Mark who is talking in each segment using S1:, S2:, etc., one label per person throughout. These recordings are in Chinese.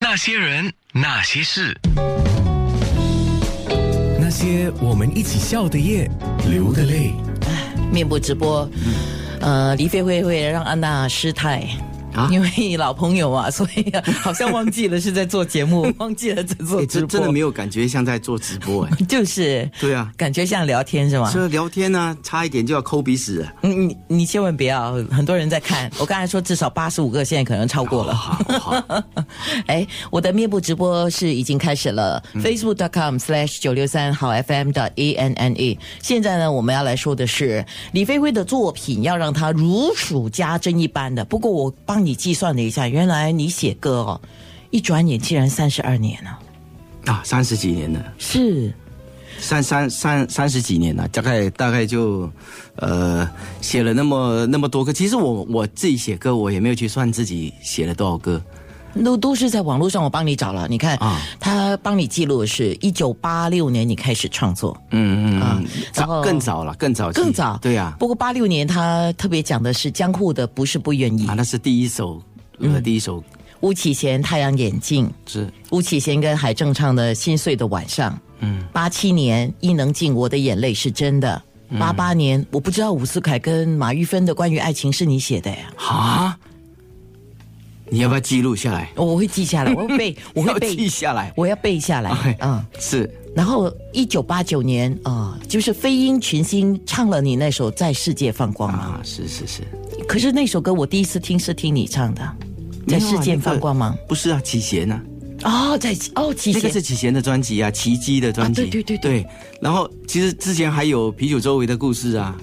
S1: 那些人，那些事，
S2: 那些我们一起笑的夜，流的泪。
S3: 面部直播，
S4: 嗯
S3: 呃，黎飞会会让安娜失态。
S4: 啊
S3: 因为老朋友啊， 所以、啊、好像忘记了是在做节 目，忘记了在做
S4: 哎，
S3: 直
S4: 这
S3: 播，
S4: 真的没有感觉像在做直 播哎、
S3: 就是
S4: 对啊
S3: 感觉像聊天是吗？
S4: 这聊天呢、差一点就要抠鼻屎了。
S3: 嗯你你千万不要，很多人在看。我刚才说至少八十五个，现在可能超过了。
S4: 好好，
S3: 哎，我的面部直播是已经开始了、f
S4: 嗯
S3: a c e b o o k c o m slash 九六三好 FM 的 A N N E。现在呢，我们要来说的是李飞辉的作品，要让他如数家珍一般的。不过我帮你计算了一下，原来你写歌哦，一转眼竟然三十二年了，
S4: 啊，三十几年了，
S3: 是
S4: 三三三三十几年了，大概大概就，呃，写了那么那么多歌。其实我我自己写歌，我也没有去算自己写了多少歌。
S3: 都都是在网络上我帮你找了。你看，
S4: 啊
S3: 他帮你记录的是一九八六年你开始创作。
S4: 嗯嗯
S3: 啊
S4: 嗯，
S3: 然后
S4: 早更早了，更早期，
S3: 更早，
S4: 对啊呀、
S3: 不过八六年他特别讲的是江户的，不是不愿意
S4: 啊，。那是第一首，
S3: 嗯
S4: 呃，第一首
S3: 巫启贤《太阳眼镜》，
S4: 是
S3: 巫启贤跟海正唱的《心碎的晚上》。嗯，八七年伊能静《我的眼泪是真的》
S4: 嗯
S3: 八八年我不知道伍思凯跟马玉芬的关于爱情是你写的呀，
S4: 啊，你要不要记录下来？
S3: 我会记 下来，我会背，我会
S4: 要记
S3: 背，
S4: 下来。
S3: 我要背下来
S4: 哎
S3: 嗯。
S4: 是
S3: 然后一九八九年啊、就是飞鹰群星唱了你那首《在世界放光芒》
S4: 啊，是是是，
S3: 可是那首歌我第一次听是听你唱的，在世界放光芒
S4: 没有啊。啊那个不是啊，启贤啊，
S3: 哦，在哦启
S4: 那个
S3: 贤
S4: 是启贤的专辑啊，奇迹的专辑，
S3: 啊对对对对
S4: 对然后其实之前还有啤酒周围的故事啊，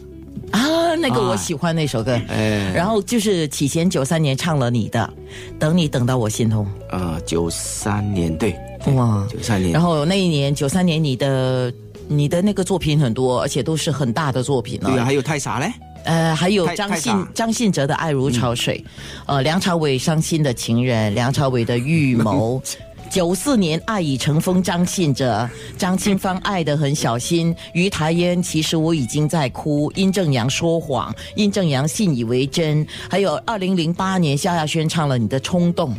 S3: 啊，那个
S4: 啊
S3: 我喜欢那首歌。
S4: 哎
S3: 然后就是启贤九三年唱了你的《等你等到我心痛
S4: 呃，九三年对，》
S3: 哇，
S4: 九三年，
S3: 然后那一年九三年你的你的那个作品很多，而且都是很大的作品了。
S4: 对啊，还有太傻嘞，
S3: 呃，还有
S4: 太
S3: 张
S4: 太嗯
S3: 信
S4: 傻
S3: 张信哲的《爱如潮水》呃，梁朝伟《伤心的情人》，梁朝伟的《预谋》。 九四年，《爱已成风》，张信哲、张清芳爱得很小心，于台烟，其实我已经在哭，殷正阳说谎，殷正阳信以为真，还有二零零八年，萧亚轩唱了你的冲动，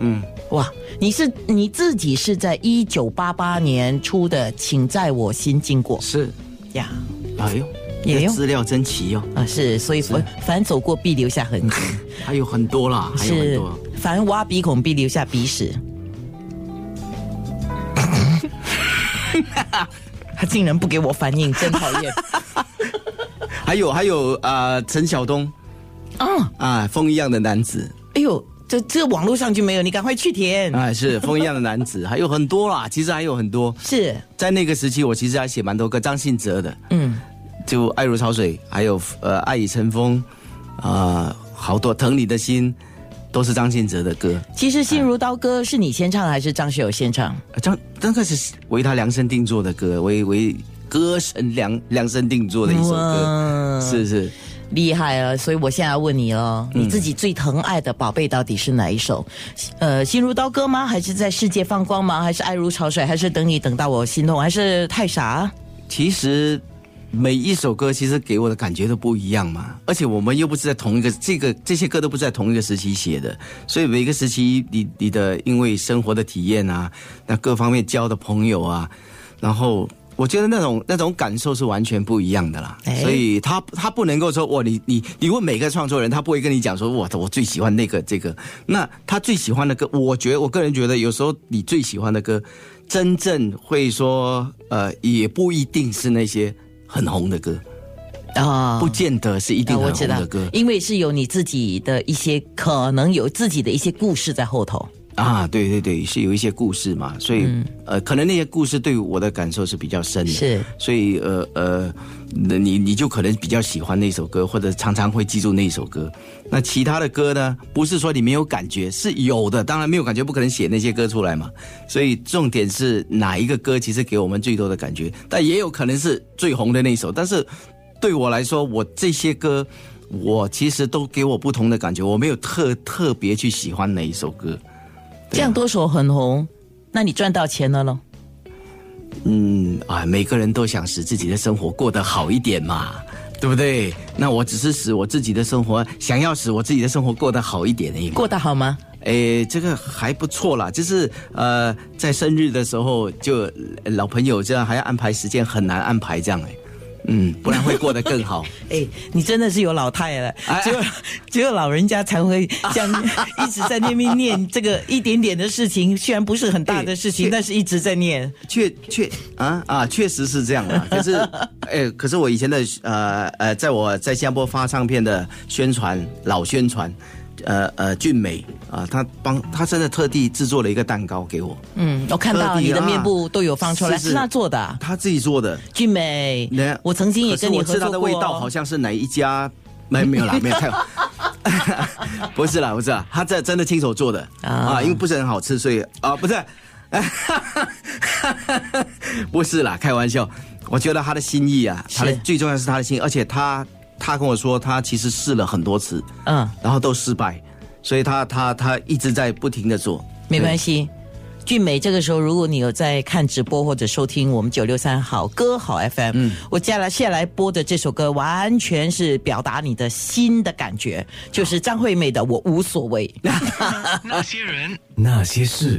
S4: 嗯，
S3: 哇，你是你自己是在一九八八年出的《请在我心经过》
S4: 是，
S3: 呀，
S4: 哎呦，
S3: 也
S4: 这
S3: 有
S4: 资料真齐哦，
S3: 啊是，所以凡凡走过必留下痕迹。
S4: 还有很多啦，嗯还有很
S3: 是
S4: 多，，
S3: 凡挖鼻孔必留下鼻屎。 他竟然不给我反应，真讨 厌！
S4: 还有还有啊，呃陈晓东
S3: 啊，
S4: 啊，风一样的男子
S3: 哎呦，这这网络上就没有，你赶快去填。
S4: 啊，是风一样的男子，还有很多啦，其实还有很多，
S3: 是，
S4: 在那个时期，我其实还写蛮多歌，张信哲的，
S3: 嗯，
S4: 就《爱如潮水》，还有呃《爱已成风》，啊，好多《疼你的心》，都是张信哲的歌。
S3: 其实《心如刀割》是你先唱还是张学友先唱？
S4: 呃张那个是为他量身定做的歌，为为歌神量量身定做的一首
S3: 哇
S4: 歌，是是
S3: 厉害啊！所以我现在要问你了，
S4: 嗯
S3: 你自己最疼爱的宝贝到底是哪一首？呃，《心如刀割》吗？还是在世界放光芒？还是爱如潮水？还是等你等到我心痛？还是太傻？
S4: 其实每一首歌其实给我的感觉都不一样嘛，而且我们又不是在同一个这个这些歌都不是在同一个时期写的，所以每个时期你你的因为生活的体验啊，那各方面交的朋友啊，然后。我觉得那种那种感受是完全不一样的啦，
S3: 哎
S4: 所以他他不能够说哇，你你你问每个创作人，他不会跟你讲说哇，我最喜欢那个这个，那他最喜欢的歌，我觉得我个人觉得有时候你最喜欢的歌，真正会说呃，也不一定是那些很红的歌，
S3: 啊、
S4: 不见得是一定
S3: 啊，我
S4: 很
S3: 知
S4: 红
S3: 道
S4: 的歌，
S3: 因为是有你自己的一些，可能有自己的一些故事在后头。
S4: 啊，对对对，是有一些故事嘛，所以、呃，可能那些故事对我的感受是比较深的，
S3: 是，
S4: 所以呃呃，那你你就可能比较喜欢那首歌，或者常常会记住那首歌。那其他的歌呢，不是说你没有感觉，是有的，当然没有感觉不可能写那些歌出来嘛。所以重点是哪一个歌其实给我们最多的感觉，但也有可能是最红的那首，但是对我来说，我这些歌。我其实都给我不同的感觉，我没有特特别去喜欢哪一首歌。啊
S3: 这样多首很红，那你赚到钱了喽？
S4: 嗯啊，每个人都想使自己的生活过得好一点嘛，对不对？那我只是使我自己的生活，想要使我自己的生活过得好一点而已嘛。
S3: 过得好吗？
S4: 诶，这个还不错啦，就是呃，在生日的时候就呃老朋友这样还要安排时间，很难安排这样哎、嗯，不然会过得更好。
S3: 哎，你真的是有老太了，只有只有老人家才会像 一直在那边念这个一点点的事情，虽然不是很大的事情，
S4: 哎
S3: 但是一直在念。
S4: 确确啊啊，确实是这样的。可是，哎，可是我以前的呃呃，在我在新加坡发唱片的宣传老宣传，呃呃，俊美啊、他帮他真的特地制作了一个蛋糕给我，
S3: 嗯，我看到
S4: 特地啊
S3: 你的面部都有放出来，
S4: 是是
S3: 是他做的啊、
S4: 他自己做的。
S3: 俊美
S4: 那，
S3: 我曾经也跟你
S4: 可是
S3: 合
S4: 我知道
S3: 作
S4: 的
S3: 过、哦
S4: 味道好像是哪一家？没没 有啦，没有太 好。不是啦，不是啦，他这真的亲手做的
S3: 啊
S4: 啊因为不是很好吃，所以啊，不是， 不是啦，开玩笑。我觉得他的心意啊，他的
S3: 是
S4: 最重要是他的心意，而且他他跟我说，他其实试了很多次，
S3: 嗯，
S4: 然后都失败，所以他他他一直在不停的做。
S3: 没关
S4: 系，
S3: 系。俊美，这个时候如果你有在看直播或者收听我们九六三好歌好 FM，、我接下来下来播的这首歌完全是表达你的心的感觉，就是张惠妹的《我无所谓》。
S1: 那些人。
S2: 那些事。